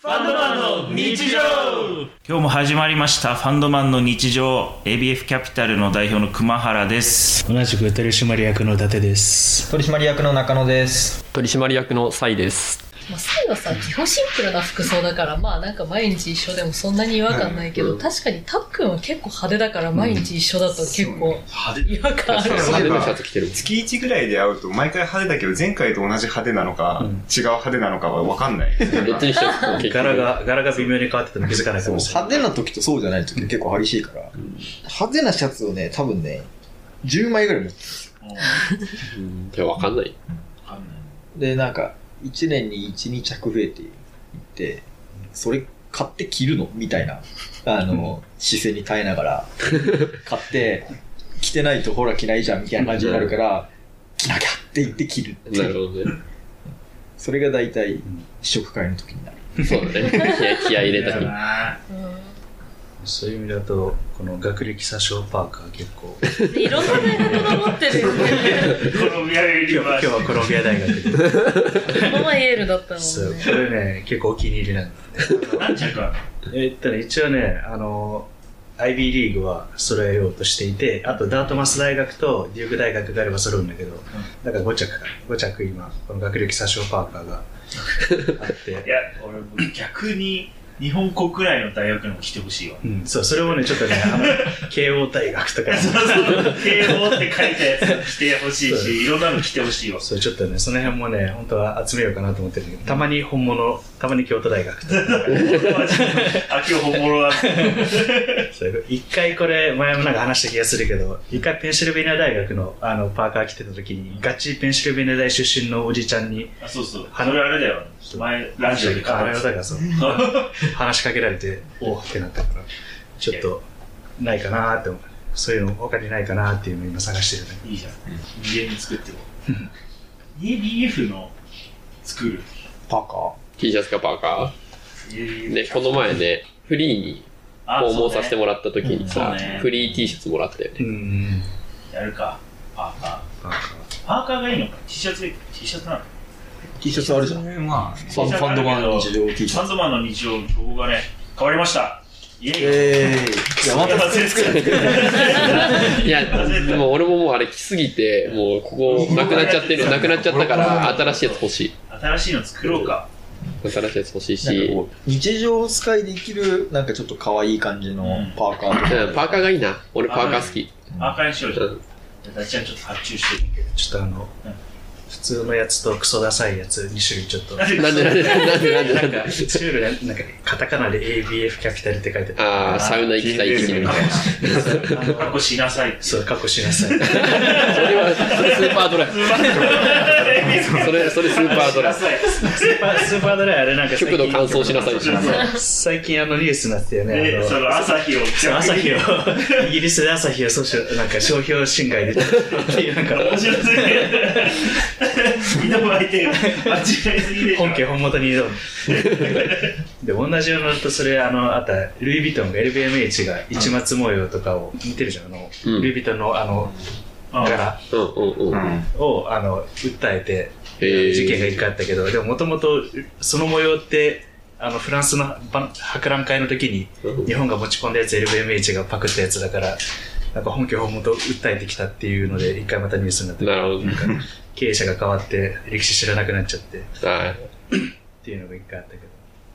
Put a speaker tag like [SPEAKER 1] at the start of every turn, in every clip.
[SPEAKER 1] ァンドマンの日常
[SPEAKER 2] 今日も始まりましたファンドマンの日常 ABF キャピタルの代表の熊原です
[SPEAKER 3] 同じく取締役の伊達です
[SPEAKER 4] 取締役の中野です
[SPEAKER 5] 取締役のサイです
[SPEAKER 6] まあ、サイはさ基本シンプルな服装だからまあなんか毎日一緒でもそんなに違和感ないけど、確かにたっくんは結構派手だから毎日一緒だと結構違和感ある、
[SPEAKER 5] 派手なシャツ着てる
[SPEAKER 7] 月1ぐらいで会うと毎回派手だけど前回と同じ派手なのか、違う派手なのかは分かんない
[SPEAKER 5] どっちにしても結局
[SPEAKER 2] 柄が柄が微妙に変わってても気づかないかもしれない
[SPEAKER 4] 派手な時とそうじゃない時結構激しいから、派手なシャツをね多分ね10枚ぐらい持って
[SPEAKER 5] うんいやわかんない
[SPEAKER 4] でなんか1年に12着増えていってそれ買って着るのみたいなあ の視線に耐えながら買って着てないとほら着ないじゃんみたいな感じになるから着なきゃって言って着るって
[SPEAKER 5] な
[SPEAKER 4] いう
[SPEAKER 5] るほどね
[SPEAKER 4] それが大体試食会の時になる
[SPEAKER 5] そうだね気合気合入れたり
[SPEAKER 3] そういう意味だとこの学歴詐称パーカー結 構
[SPEAKER 6] うん、いろんな大学が持ってるよね
[SPEAKER 2] コロンビアより
[SPEAKER 3] 今
[SPEAKER 2] は
[SPEAKER 3] 日はコロンビア大学で
[SPEAKER 6] この前エールだったもん
[SPEAKER 3] そうこ
[SPEAKER 6] ね
[SPEAKER 3] れね結構お気に入りなんで
[SPEAKER 2] 何着ある
[SPEAKER 3] えっとね一応ねあの IB リーグは揃えようとしていてあとダートマス大学とデューク大学があれば揃うんだけど、だから5着か5着今この学歴詐称パーカーがあっ
[SPEAKER 2] い
[SPEAKER 3] て
[SPEAKER 2] や俺もう逆に日本国内の大学のも来てほしいわ
[SPEAKER 3] うん、そうそれもねちょっとねあの慶応大学とかね、
[SPEAKER 2] そうそう慶応って書いたやつが来てほしい
[SPEAKER 3] そう
[SPEAKER 2] しいろんなの来てほしいわ
[SPEAKER 3] そうちょっとねその辺もね本当は集めようかなと思ってるんだけどたまに本物たまに京都大学とか
[SPEAKER 2] あ今日本物は
[SPEAKER 3] そういう一回これ前もなんか話した気がするけど一回ペンシルベニア大学のあのパーカー着てた時にガチペンシルベニア大出身のおじちゃんに
[SPEAKER 2] あそうそうそれあれだよ前ラジオで語
[SPEAKER 3] あれ
[SPEAKER 2] っ
[SPEAKER 3] は
[SPEAKER 2] て
[SPEAKER 3] だ からそう話しかけられておおってなったからちょっとないかなーって思うそういうの他にないかなーっていうのを今探してるね
[SPEAKER 2] たいいじゃん人間に作っても ABF の作る
[SPEAKER 4] パーカー
[SPEAKER 5] T シャツかパーカー
[SPEAKER 2] ABF
[SPEAKER 5] ねこの前ねフリーに
[SPEAKER 2] あ
[SPEAKER 5] 訪
[SPEAKER 2] そ
[SPEAKER 5] 問
[SPEAKER 2] うね
[SPEAKER 5] させてもらった時に
[SPEAKER 2] うん
[SPEAKER 5] さ、
[SPEAKER 2] そうね
[SPEAKER 5] フリー T シャツもらったよね
[SPEAKER 3] うん
[SPEAKER 2] やるかパーカー
[SPEAKER 3] パーカー
[SPEAKER 2] パーカーがいいのか T シャツ T シャツなの
[SPEAKER 4] T シャツあるじゃんフ
[SPEAKER 7] まあ
[SPEAKER 4] ァンファンドマンの日常 T シ
[SPEAKER 2] サ
[SPEAKER 4] ャ
[SPEAKER 2] ン
[SPEAKER 4] ツ
[SPEAKER 2] ドマンの日常のロゴがね変わりましたイエイ
[SPEAKER 4] えーいやまた
[SPEAKER 2] 忘れてた
[SPEAKER 5] いやでも俺ももうあれ着すぎてもうここなくなっちゃってるなくなっちゃったから新しいやつ欲しい
[SPEAKER 2] 新しいの作ろうか
[SPEAKER 5] 新しいやつ欲しい
[SPEAKER 4] なん
[SPEAKER 5] し
[SPEAKER 4] かこう日常使いできるなんかちょっと可愛い感じのパーカーとか、
[SPEAKER 5] うんパーカーがいいな俺パーカー好き
[SPEAKER 2] パーカーにしようじゃん
[SPEAKER 5] うん
[SPEAKER 2] ダチはちょっと発注してる
[SPEAKER 3] ちょっとあの、
[SPEAKER 2] うん
[SPEAKER 3] 普通のやつとクソダサいやつ2種類ちょっ と。
[SPEAKER 5] なんでなんでなんでなんでなん
[SPEAKER 3] なんか、
[SPEAKER 5] で
[SPEAKER 3] シュールな、なんか、カタカナで ABF キャピタルって書いてある。
[SPEAKER 5] ああサウナ行きたい生きてるみたいな
[SPEAKER 3] あの
[SPEAKER 2] 過去しなさいって
[SPEAKER 3] そう、過去しなさい。
[SPEAKER 5] それはそれスーパードライそれそれスーパードライ
[SPEAKER 3] スーパー、スーパードライあれなんか最
[SPEAKER 5] 極
[SPEAKER 3] 近、
[SPEAKER 5] 度乾燥しなさいでしょ
[SPEAKER 3] 最近あのニュースになってたよね。
[SPEAKER 2] で
[SPEAKER 3] あ
[SPEAKER 2] そ
[SPEAKER 3] の
[SPEAKER 2] の朝日を
[SPEAKER 3] そう朝日を、イギリスで朝日をそうしようなんか商標侵害で、っていうなんか、
[SPEAKER 2] 面白すぎる井戸巻いて間違いすぎでしょ
[SPEAKER 3] 本家本元に挑むで同じようなのとそれあのあとはルイ・ヴィトンが LVMH が市松模様とかを似てるじゃんあの、
[SPEAKER 5] うん
[SPEAKER 3] ルイ・ヴィトンのあの
[SPEAKER 2] うん
[SPEAKER 3] 柄
[SPEAKER 5] うんうんうん
[SPEAKER 3] をあの訴えて
[SPEAKER 5] へー
[SPEAKER 3] 事件が一回あったけどでももともとその模様ってあのフランスのば博覧会の時に
[SPEAKER 5] うん
[SPEAKER 3] 日本が持ち込んだやつ LVMH がパクったやつだからなんか本家本元を訴えてきたっていうので一回またニュースになって
[SPEAKER 5] なるほ
[SPEAKER 3] なんか経営者が変わって歴史知らなくなっちゃってっ
[SPEAKER 5] どはい
[SPEAKER 3] ていうのが一回あったけ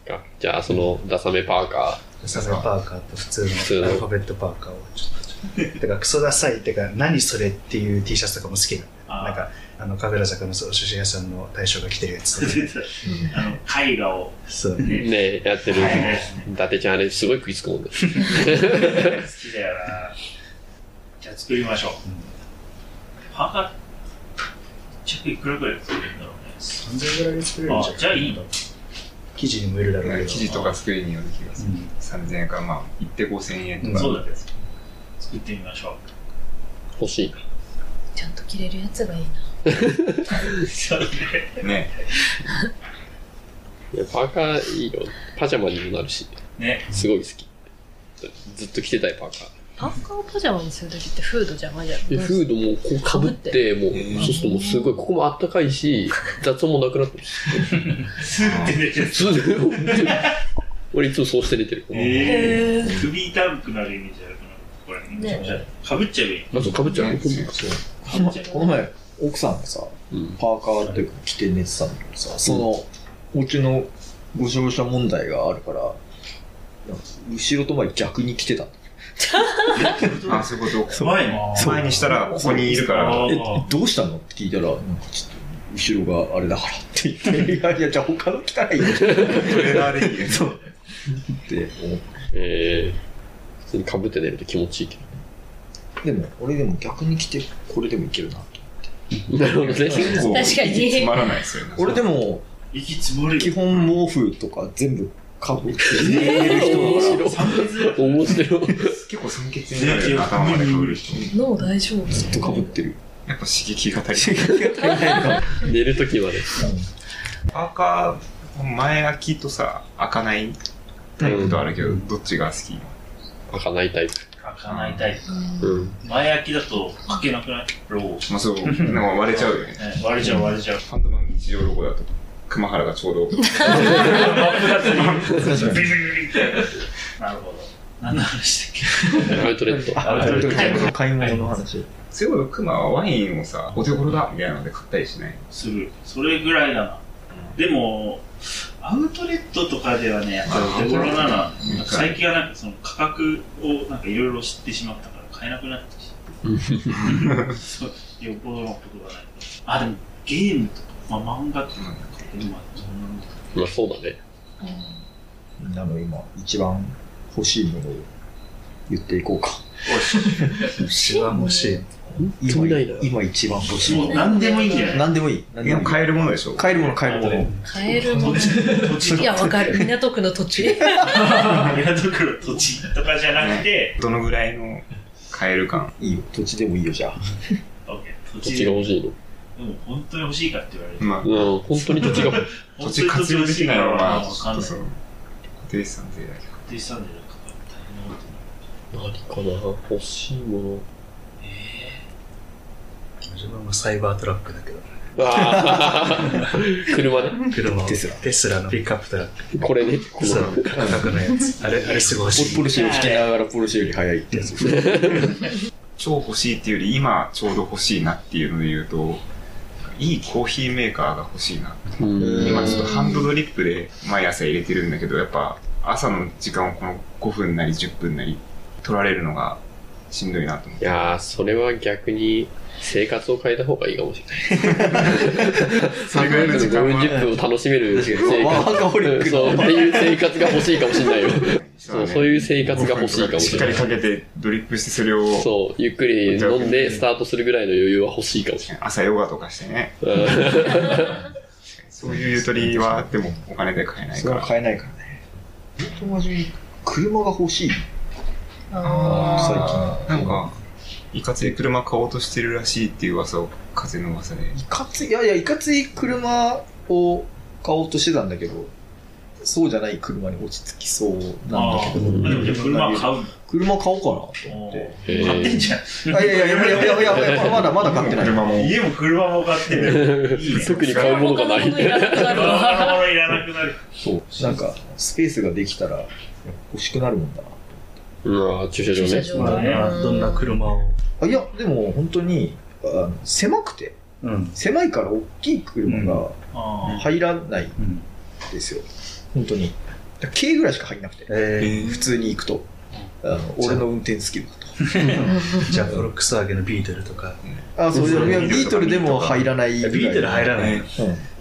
[SPEAKER 3] ど
[SPEAKER 5] あじゃあそのダサめパーカ
[SPEAKER 3] サザンパーカーと普通
[SPEAKER 5] 通
[SPEAKER 3] の
[SPEAKER 5] の
[SPEAKER 3] アルファベットパーカーをちょっと。だからクソダサいってか何それっていう T シャツとかも好きな
[SPEAKER 2] あ
[SPEAKER 3] の
[SPEAKER 2] ー
[SPEAKER 3] なんかあの神楽坂のそうお寿司屋さんの大将が着てるやつとか
[SPEAKER 2] あの絵画を
[SPEAKER 3] そう
[SPEAKER 5] ーねやってる
[SPEAKER 2] はいはい
[SPEAKER 5] 伊達ちゃんあれすごい食いつくもんね
[SPEAKER 2] 好きだよなじゃあ作りましょう、パーカーちょっといくらぐらい作れるんだろうね
[SPEAKER 3] 3000ぐらいで作れるんじゃ
[SPEAKER 2] あじゃあいいの
[SPEAKER 3] 生地にもよるだろうけど
[SPEAKER 7] 記事とか作りによる気がする、3000円かまあ行って5000円と
[SPEAKER 3] うん
[SPEAKER 7] か、
[SPEAKER 2] そうだね作ってみましょう
[SPEAKER 5] 欲しい
[SPEAKER 6] ちゃんと着れるやつがいいな
[SPEAKER 2] そうね
[SPEAKER 7] ね
[SPEAKER 5] いやパーカーいいよパジャマにもなるし
[SPEAKER 2] ね
[SPEAKER 5] すごい好きずっと着てたいパーカー
[SPEAKER 6] パーカーをパジャマにするときってフード邪魔じゃん
[SPEAKER 5] でフードもこうかぶってもうそうするともうすごいここもあ ったかいし雑音もなくなってるし
[SPEAKER 2] スーって出てる
[SPEAKER 5] ずっと俺いつもそうして出てる。
[SPEAKER 2] え
[SPEAKER 6] へ
[SPEAKER 2] ー、首痛くなるイメージあるかな、これ。
[SPEAKER 6] ね
[SPEAKER 2] かぶっちゃえばいい。
[SPEAKER 5] あ、そう、かぶっちゃうの
[SPEAKER 4] このこの前、奥さんがさ、
[SPEAKER 5] うん。
[SPEAKER 4] パーカーっていうか着て寝てたんだけどさ、その、お家のごしゃごしゃ問題があるから、なんか後ろと前逆に着てたんだ
[SPEAKER 7] あ、そういうこ
[SPEAKER 2] 怖い
[SPEAKER 7] と。前にしたら、ここにいるから。
[SPEAKER 4] え、どうしたのって聞いたら、なんかちょっと、後ろがあれだからって言って、いやいや、じゃあ他の着たらいいよっ
[SPEAKER 7] トレーナーでいいよ。
[SPEAKER 4] て思っ
[SPEAKER 5] えー、普通にかぶって寝ると気持ちいいけ
[SPEAKER 4] たでも、俺でも逆に着て、これでもいけるな
[SPEAKER 5] ど。
[SPEAKER 4] と。
[SPEAKER 5] なるほ どね。
[SPEAKER 7] 確
[SPEAKER 6] 確かに
[SPEAKER 7] つまらないですよね。
[SPEAKER 4] 俺でも、
[SPEAKER 2] 息積もる
[SPEAKER 4] 基
[SPEAKER 2] よ。
[SPEAKER 4] 本毛布とか全部かぶって寝る人
[SPEAKER 5] 面白い。面白い。
[SPEAKER 7] 結構酸欠になるよね頭まで被る人。
[SPEAKER 6] 脳大丈夫
[SPEAKER 4] ずっとかぶってる。
[SPEAKER 7] やっぱ刺激が足りない。
[SPEAKER 5] 寝るときまで。
[SPEAKER 7] パーカー、前開きとさ、開かないタイプとあるけど、どっちが好き
[SPEAKER 5] 開かないタイ
[SPEAKER 2] 開かないタイ
[SPEAKER 5] プ。うん。
[SPEAKER 2] プ。前開きだと書けなくないロゴ。
[SPEAKER 7] まあそう、なんか割れちゃうよね。
[SPEAKER 2] ね割れちゃう割れちゃう。
[SPEAKER 7] パンダの日常ロゴだと、熊原がちょうど、
[SPEAKER 2] マップだったり、
[SPEAKER 4] 確かに
[SPEAKER 2] ビビビビって。なるほど。何の話だっ
[SPEAKER 5] アウトレット。
[SPEAKER 2] あアウトレット
[SPEAKER 6] 買い物
[SPEAKER 4] 買い物の話。
[SPEAKER 7] そういうこと熊はワインをさ、お手頃だみたいなので買ったりしない。
[SPEAKER 2] けする。それぐらいだな。でも、アウトレットとかではね、やっぱりお手頃なのは
[SPEAKER 7] うん
[SPEAKER 2] なんか最近はなんかその価格をなんかいろいろ知ってしまったから買えなくなってき て。そうよっぽどのことがないと。あ、でもゲームとか、まあ、漫画とかなんか買ってるのもあるそんなもんだ
[SPEAKER 5] まあそうだね。
[SPEAKER 4] みんなの今、一番欲しいものを言っていこうか。
[SPEAKER 3] 一番欲しい。
[SPEAKER 5] 当
[SPEAKER 4] 今
[SPEAKER 5] にないな、
[SPEAKER 4] 今一番欲しい
[SPEAKER 2] も
[SPEAKER 4] も
[SPEAKER 2] う
[SPEAKER 4] の。
[SPEAKER 2] 何でもいいんじゃない
[SPEAKER 4] 何でもいい。何
[SPEAKER 7] で
[SPEAKER 4] で
[SPEAKER 7] も
[SPEAKER 4] もいい。
[SPEAKER 7] 買えるものでしょ
[SPEAKER 4] 買えるもの買えるも
[SPEAKER 2] 買える
[SPEAKER 4] の。
[SPEAKER 6] 買えるも
[SPEAKER 2] 土
[SPEAKER 6] ん
[SPEAKER 2] 地、土地と
[SPEAKER 6] いや、
[SPEAKER 2] か、
[SPEAKER 6] わかる。港区の土地。
[SPEAKER 2] 港区の土地とかじゃなくて、
[SPEAKER 7] どのぐらいの買える感。
[SPEAKER 4] いいよ。土地でもいいよ、じゃあ。
[SPEAKER 2] 土
[SPEAKER 5] 土
[SPEAKER 2] 地
[SPEAKER 5] 地が
[SPEAKER 2] で
[SPEAKER 5] 欲しいの。
[SPEAKER 2] も本当に欲しいかって言われる。
[SPEAKER 7] まあ、
[SPEAKER 5] うん、本当に土地が。
[SPEAKER 7] 土地活用できないのは、
[SPEAKER 2] わ
[SPEAKER 7] ちょ
[SPEAKER 2] か
[SPEAKER 7] っと
[SPEAKER 2] んない
[SPEAKER 7] そ。の、固定資産税だけ
[SPEAKER 2] 固定資産税がかかる大変なことにな
[SPEAKER 5] 何
[SPEAKER 2] る。
[SPEAKER 5] かな欲しいも
[SPEAKER 3] 自分はサイバートラックだけど。
[SPEAKER 5] の。あー 車ね。
[SPEAKER 3] 車を
[SPEAKER 4] テスラ
[SPEAKER 3] テスラのピックアップトラック。
[SPEAKER 5] これね。こ
[SPEAKER 3] そう
[SPEAKER 5] の、
[SPEAKER 3] 価格のやつ。あれ、あれすごい欲しい。
[SPEAKER 4] ポルシェを引きながらポルシェより早いってやつ。
[SPEAKER 7] 超欲しいっていうより、今ちょうど欲しいなっていうので言うと、いいコーヒーメーカーが欲しいな。
[SPEAKER 5] うん
[SPEAKER 7] 今ちょっとハンドドリップで毎朝入れてるんだけど、やっぱ朝の時間をこの5分なり10分なり取られるのがしんどいなと思っ
[SPEAKER 5] い
[SPEAKER 7] て。
[SPEAKER 5] やー、それは逆に生活を変えた方がいいかもしれない。
[SPEAKER 7] それぐらいの時間は。
[SPEAKER 5] 50分を楽しめる生
[SPEAKER 4] にワ
[SPEAKER 5] 活。
[SPEAKER 4] ーカホリック
[SPEAKER 5] そう、っていう生活が欲しいかもしれないよ。そう、そういう生活が欲しいかも
[SPEAKER 7] し
[SPEAKER 5] し
[SPEAKER 7] っか
[SPEAKER 5] れ
[SPEAKER 7] り
[SPEAKER 5] ない。
[SPEAKER 7] かけてドリップしてそれを
[SPEAKER 5] そう、ゆっくり飲んでスタートするぐらいの余裕は欲しいかもし
[SPEAKER 7] 朝ヨガとかしてね。
[SPEAKER 5] れない。うん
[SPEAKER 7] そういうゆとりはでもお金で買えない
[SPEAKER 4] そ
[SPEAKER 7] か
[SPEAKER 4] れは
[SPEAKER 7] ら。
[SPEAKER 4] 買えないからね。本当マジに車が欲しい。
[SPEAKER 6] あ
[SPEAKER 4] 最近
[SPEAKER 7] なんか、いかつい車買おうとしてるらしいっていう噂を風の噂で。
[SPEAKER 4] いかつい、いやいや、いかつい車を買おうとしてたんだけど、そうじゃない車に落ち着きそうなんだ
[SPEAKER 2] あ
[SPEAKER 4] けど、
[SPEAKER 2] ーあ、でもじゃあ車買うんだ。
[SPEAKER 4] 車買おうかなと思っ
[SPEAKER 2] おー
[SPEAKER 4] て。
[SPEAKER 5] へー
[SPEAKER 2] 買ってんじゃん。
[SPEAKER 4] いやいやいやいやいやいやいや、まだまだ買ってない。
[SPEAKER 7] 車も。
[SPEAKER 2] 家も車も買ってる。いいね。
[SPEAKER 5] 特に買うものがない。
[SPEAKER 6] いらなくな
[SPEAKER 2] 他
[SPEAKER 6] る
[SPEAKER 2] の
[SPEAKER 6] わ
[SPEAKER 2] ものいらなくなる。
[SPEAKER 4] そう。なんか、スペースができたら欲しくなるもんだな。
[SPEAKER 5] うわ駐車場
[SPEAKER 6] 駐
[SPEAKER 5] ね。
[SPEAKER 6] 車場
[SPEAKER 3] まあね、どんな車を。
[SPEAKER 4] あいや、でも本当に、あの狭くて、
[SPEAKER 3] うん。
[SPEAKER 4] 狭いから大きい車が
[SPEAKER 2] あ
[SPEAKER 4] 入らないん
[SPEAKER 3] うん。
[SPEAKER 4] ですよ。本当に。だから軽ぐらいしか入んなくて、
[SPEAKER 7] え
[SPEAKER 3] え
[SPEAKER 7] ー
[SPEAKER 4] 普通に行くと。あの俺の運転スキルだと。
[SPEAKER 3] ー、じゃあ、フォルクスワーゲンのビートルとか。
[SPEAKER 4] あ、そうい
[SPEAKER 7] そう
[SPEAKER 4] や、
[SPEAKER 7] ビート
[SPEAKER 4] ビート
[SPEAKER 7] ルとか
[SPEAKER 4] ルでも入らない
[SPEAKER 3] い
[SPEAKER 4] ぐ
[SPEAKER 3] や
[SPEAKER 4] らい。
[SPEAKER 3] ビートル入らない。
[SPEAKER 4] う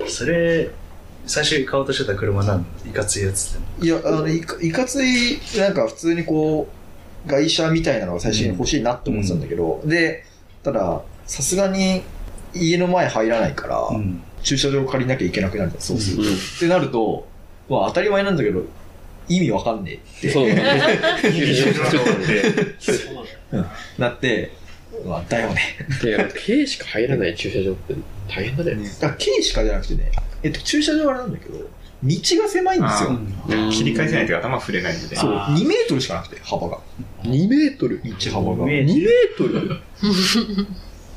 [SPEAKER 3] それ、最初に買おうとしてた車なんいかついやつでも。
[SPEAKER 4] ん。いや、あの、いかいかつい、なんか普通にこう、外車みたいなのが最初に欲しいなって思ってたんだけど、で、ただ、さすがに家の前入らないから、
[SPEAKER 3] ん。
[SPEAKER 4] 駐車場借りなきゃいけなくなるんだそうすると
[SPEAKER 5] うん。
[SPEAKER 4] ってなると、まあ当たり前なんだけど、意味わかんねえって
[SPEAKER 5] そうだね。
[SPEAKER 2] あ。いいね
[SPEAKER 5] ちょっ
[SPEAKER 2] そうだね
[SPEAKER 4] なって、まあだよね。
[SPEAKER 5] いや、軽しか入らない駐車場って大変だね。
[SPEAKER 4] だから軽しかじゃなくてね、えっと、駐車場はあれなんだけど、道が狭いんです
[SPEAKER 7] う
[SPEAKER 4] よ。
[SPEAKER 7] 切り返せないというか頭触れないみたい
[SPEAKER 4] そう、
[SPEAKER 7] な。
[SPEAKER 2] あー
[SPEAKER 4] 2メートルしかなくて、幅が。
[SPEAKER 5] 2メートル
[SPEAKER 4] 道幅
[SPEAKER 3] 見
[SPEAKER 4] が。
[SPEAKER 3] え
[SPEAKER 5] 2
[SPEAKER 3] て
[SPEAKER 5] メ
[SPEAKER 3] る
[SPEAKER 5] ートル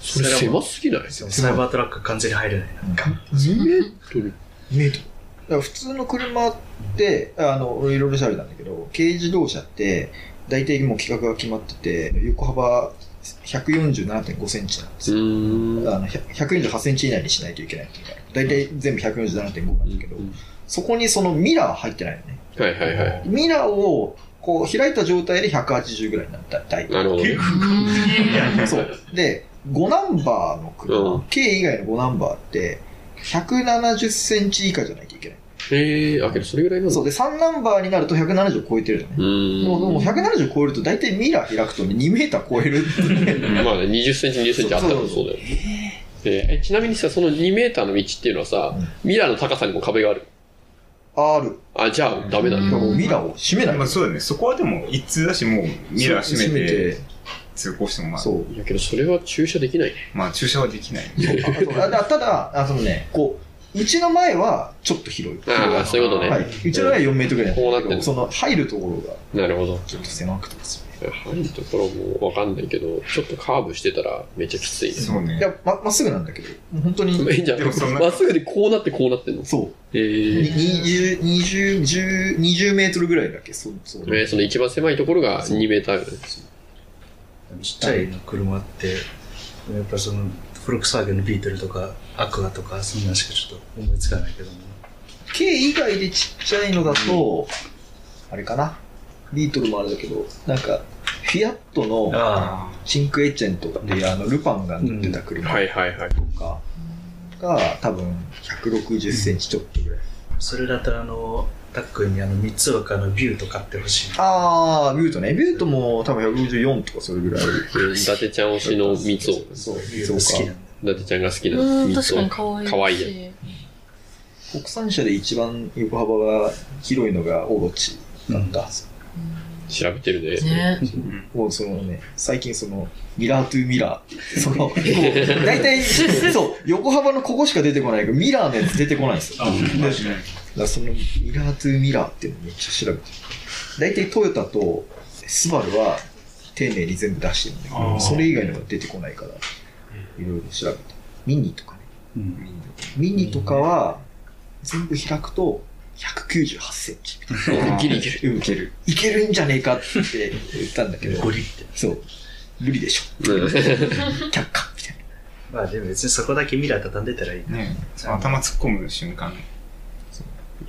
[SPEAKER 5] それ狭すぎない
[SPEAKER 3] サイバートラック完全に入れないな。
[SPEAKER 5] 2メートル
[SPEAKER 4] 2メートから普通の車って、あの、俺いろいろ調べたんだけど、軽自動車って、大体もう規格が決まってて、横幅147.5センチなんですよ。
[SPEAKER 5] ん
[SPEAKER 4] あの100 148センチ以内にしないといけないっていうか、大体全部147.5なんだけど、そこにそのミラーは入ってないよね。
[SPEAKER 5] はいはいはい。
[SPEAKER 4] ミラーをこう開いた状態で180ぐらいになった、大体。
[SPEAKER 5] なるほどね。
[SPEAKER 4] そう。で、5ナンバーの
[SPEAKER 5] う
[SPEAKER 4] 車
[SPEAKER 5] ん、
[SPEAKER 4] K 以外の5ナンバーって、170センチ以下じゃないといけない。
[SPEAKER 5] へえ、あ、けどそれぐらいなんだ。
[SPEAKER 4] そう。で、3ナンバーになると170超えてるじゃない。
[SPEAKER 5] うーん。
[SPEAKER 4] もうもう170超えると大体ミラー開くと2メーター超えるっていうね
[SPEAKER 5] まあね、20センチ、20センチあったらそうだよ。えーえちなみにさ、その2メーターの道っていうのはさ、ミラーの高さにも壁がある。
[SPEAKER 4] R。
[SPEAKER 5] あ、じゃあダメなんだ。
[SPEAKER 4] だからもうミラーを閉めない。
[SPEAKER 7] まあそうだね。そこはでも一通だし、もうミラー閉めて通行してもま あ、
[SPEAKER 4] そう。
[SPEAKER 5] いやけどそれは駐車できないね。
[SPEAKER 7] まあ駐車はできない。
[SPEAKER 4] あそうあだただ、あそのね、こう、うちの前はちょっと広い。
[SPEAKER 5] ああ、そういうことね。
[SPEAKER 4] はいうちの前は4メートルぐらい
[SPEAKER 5] こうな
[SPEAKER 4] だ
[SPEAKER 5] って
[SPEAKER 4] けど
[SPEAKER 5] んの
[SPEAKER 4] その入るところ
[SPEAKER 5] な
[SPEAKER 4] が
[SPEAKER 5] るほど。
[SPEAKER 4] ちょっと狭くてですね。
[SPEAKER 5] 入るところもわかんないけど、ちょっとカーブしてたらめっちゃきついね。
[SPEAKER 7] そう
[SPEAKER 4] い
[SPEAKER 7] ね。
[SPEAKER 4] や、ま、まっすぐなんだけど、もう本当に、
[SPEAKER 5] いいん じゃん。
[SPEAKER 7] でもそんな
[SPEAKER 5] まっすぐでこうなってこうなってんの。
[SPEAKER 4] そう。
[SPEAKER 5] えー、
[SPEAKER 4] に20、20、10 20メートルぐらいだっけそう、そう。
[SPEAKER 5] えーその一番狭いところが2メーターぐらい。
[SPEAKER 3] ちっちゃい車って、やっぱその、フルクスワーゲンのビートルとか、アクアとか、そんなんしかちょっと思いつかないけども。
[SPEAKER 4] K 以外でちっちゃいのだと、あれかな。ビートルもあれだけど、なんか、フィアットの
[SPEAKER 3] あ
[SPEAKER 4] シンクエッチェントで、あの、ルパンが乗ってた車
[SPEAKER 5] はいはいはい。
[SPEAKER 4] とかが、多分、160センチちょっとぐらい。
[SPEAKER 3] あ、それだったらあの、タックにあの、三つ岡のビューと買ってほしい。
[SPEAKER 4] あー、ビュートね。ビュートも多分154とかそれぐらい。
[SPEAKER 5] えー伊達ちゃん推しの三つを。
[SPEAKER 3] そう、ビュー好きなんだ。
[SPEAKER 5] 伊達ちゃんが好きな
[SPEAKER 6] うん、
[SPEAKER 5] 三つ
[SPEAKER 6] 確
[SPEAKER 5] を
[SPEAKER 6] かに。可愛いし。
[SPEAKER 5] 可愛い
[SPEAKER 4] 国産車で一番横幅が広いのがオロチだったはず。
[SPEAKER 5] 調べてるね。
[SPEAKER 6] ね。
[SPEAKER 4] もうそのね、最近その、ミラートゥミラーって言っ て、その、こう大体、そう、横幅のここしか出てこないけど、ミラーのやつ出てこないんですよ。だ
[SPEAKER 2] あ、確かに。
[SPEAKER 4] からその、ミラートゥミラーっていうのめっちゃ調べてる。大体トヨタとスバルは丁寧に全部出してるんだけ
[SPEAKER 2] あ
[SPEAKER 4] ど、
[SPEAKER 2] ー
[SPEAKER 4] それ以外のが出てこないから、いろいろ調べて。ミニとかね。ミニとかは、全部開くと、198センチ。
[SPEAKER 5] ギリいける。
[SPEAKER 4] うんいける。いけるんじゃねえかって言ったんだけど、
[SPEAKER 3] ゴリって。
[SPEAKER 4] そう。無理でしょ。
[SPEAKER 5] うん
[SPEAKER 4] 却下みたいな。
[SPEAKER 3] まあでも別にそこだけミラー畳んでたらいい。
[SPEAKER 7] ねその頭突っ込む瞬間。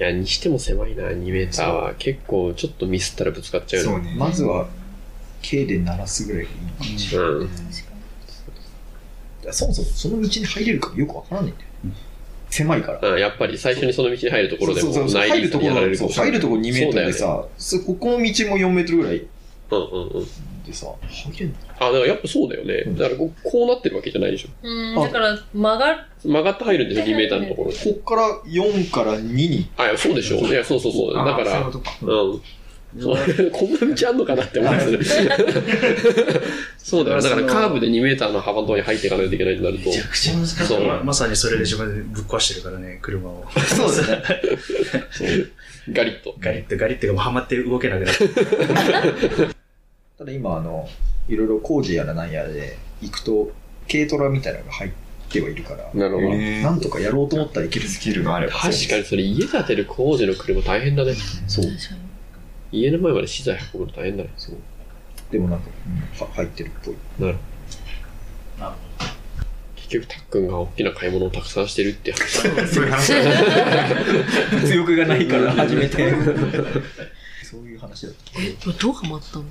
[SPEAKER 5] いや、にしても狭いな、2メーターは。結構、ちょっとミスったらぶつかっちゃう
[SPEAKER 7] そ
[SPEAKER 5] よ
[SPEAKER 7] うね。
[SPEAKER 4] まずは、軽で鳴らすぐらいがいいのかもしれない
[SPEAKER 5] うん。
[SPEAKER 4] いやそもそもその道に入れるかよくわからないんだよね。狭いから。
[SPEAKER 5] うんやっぱり最初にその道に入るところで
[SPEAKER 4] そ
[SPEAKER 5] も
[SPEAKER 4] うそうそう
[SPEAKER 5] 内
[SPEAKER 4] 入る
[SPEAKER 5] 陸
[SPEAKER 4] とこ
[SPEAKER 5] にやられ
[SPEAKER 4] ろ、
[SPEAKER 5] るか
[SPEAKER 4] そう
[SPEAKER 5] もしれない
[SPEAKER 4] 入るところ2メートルでさ、そここの道も4メートルぐらい
[SPEAKER 5] そうだよねうんうんうん
[SPEAKER 4] でさ、入れんの
[SPEAKER 5] あだからやっぱそうだよ
[SPEAKER 4] うん
[SPEAKER 5] ねだからこうこうなってるわけじゃないでしょ
[SPEAKER 6] うん、だから曲がる。
[SPEAKER 5] 曲がって入るんでしょ2メーターのところ
[SPEAKER 4] こっから4から2に。
[SPEAKER 5] あいやそうでしょいやそうそうそうだ
[SPEAKER 7] あ
[SPEAKER 5] か
[SPEAKER 7] ーそうい
[SPEAKER 5] ら
[SPEAKER 7] うことか。
[SPEAKER 5] うん そうこんな道あんのかなって思うん ですよねそうだよだからカーブで2メーターの幅のところに入っていかないといけないとなると
[SPEAKER 3] めちゃくちゃ難しい。
[SPEAKER 5] そう
[SPEAKER 3] ままさにそれで自分でぶっ壊してるからね、車を。
[SPEAKER 4] そうだね。
[SPEAKER 5] ガリッと
[SPEAKER 3] ガリッとガリッとがもうはまって動けなくなって。
[SPEAKER 4] ただ今、あの、いろいろ工事やらなんやらで行くと、軽トラみたいなのが入ってはいるから、
[SPEAKER 5] なるほど
[SPEAKER 7] え
[SPEAKER 4] なんとかやろうと思ったらいける
[SPEAKER 7] スキルがあれば。
[SPEAKER 5] 確かにそれ家建てる工事の車大変だね
[SPEAKER 4] そう。
[SPEAKER 6] 確かに。
[SPEAKER 5] 家の前まで資材運ぶの大変だね
[SPEAKER 4] そう。でもなんか、うんは入ってるっ ぽい。
[SPEAKER 2] なるほ
[SPEAKER 5] 結局たっくんが大きな買い物をたくさんしてるって話
[SPEAKER 7] そういう話だ
[SPEAKER 4] 物欲がないから始めて。 そういう話だっ
[SPEAKER 6] え、どうハマったの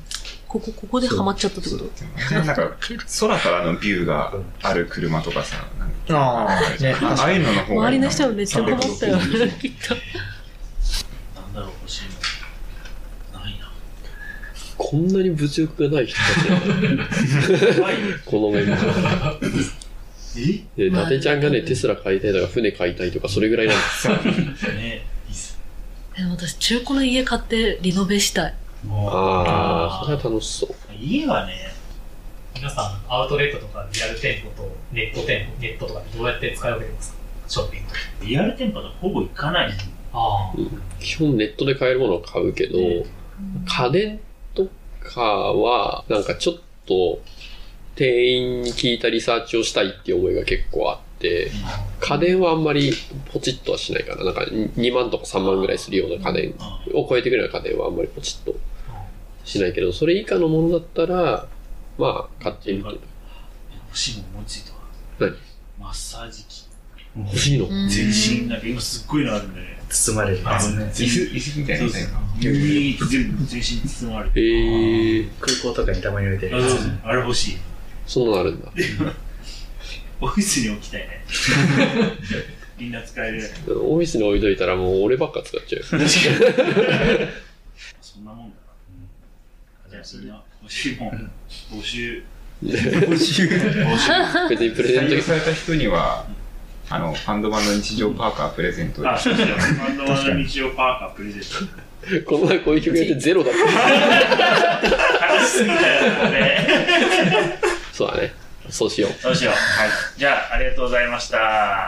[SPEAKER 6] ここ、ここでハマっちゃったってこと
[SPEAKER 7] ねなんか、空からのビューがある車とかさ、なんか
[SPEAKER 4] た。あ
[SPEAKER 7] あああいうのの方が。
[SPEAKER 6] 周りの人もめっちゃハマったよ、 きっと。
[SPEAKER 2] ど。なんだろう、欲しいの。ないな。
[SPEAKER 5] こんなに物欲がない人たちなんだ
[SPEAKER 2] 怖いよ。
[SPEAKER 5] このメンバー
[SPEAKER 2] え
[SPEAKER 5] で伊
[SPEAKER 6] まあ
[SPEAKER 5] 達ちゃんがねテスラ買いたいとか船買いたいとかそれぐらいなんです
[SPEAKER 2] ね、いいっすね。
[SPEAKER 6] でも私、中古の家買ってリノベしたい。
[SPEAKER 5] ああそれは楽しそう
[SPEAKER 2] 家はね、
[SPEAKER 1] 皆さん、アウトレットとかリアル店舗とネット店舗、ネットとかでどうやって使い分けてますかショッピング。
[SPEAKER 2] リアル店舗とほぼ行かない。
[SPEAKER 1] あ
[SPEAKER 5] 基本ネットで買えるものを買うけど家電とかはなんかちょっと店員に聞いたリサーチをしたいっていう思いが結構あっって、家電はあんまりポチッとはしないかな。なんか2万とか3万ぐらいするような家電を超えてくるような家電はあんまりポチッとしないけど、それ以下のものだったら、まあ、買ってみる
[SPEAKER 2] 欲しいもん思いついたわ。
[SPEAKER 5] 何
[SPEAKER 2] マッサージ機。
[SPEAKER 5] と。欲しいの
[SPEAKER 6] うん
[SPEAKER 2] 全身なんか今すっごいのあるんだね。
[SPEAKER 3] 包まれるやつね。
[SPEAKER 7] 椅子、椅子みたいなやつやな
[SPEAKER 2] 全身全部全身に包まれて。
[SPEAKER 5] へえー、
[SPEAKER 3] 空港とかにたまに置いて
[SPEAKER 2] あ
[SPEAKER 3] る
[SPEAKER 2] そ
[SPEAKER 3] や
[SPEAKER 2] う
[SPEAKER 3] つ
[SPEAKER 2] そう。あれ欲しい。
[SPEAKER 5] そんなのあるんだ。
[SPEAKER 2] オフィスに置きたいね。みんな使える。
[SPEAKER 5] オフィスに置いといたらもう俺ばっか使っちゃう。
[SPEAKER 2] そんなもんだな。じゃあみんな欲しいもん。募集。募集。
[SPEAKER 5] 別にプレゼン
[SPEAKER 7] 採
[SPEAKER 5] ト
[SPEAKER 7] 用された人には、あの、ハンドマンの日常パーカープレゼントで
[SPEAKER 2] あ、そうそう。バンドワンの日曜パーカープレゼント。
[SPEAKER 5] この前こういう曲やってゼロだった。
[SPEAKER 2] 楽しすぎたよ、これ。
[SPEAKER 5] そうだね。そうしよう。
[SPEAKER 2] どうしよう。はい。じゃあ、ありがとうございました。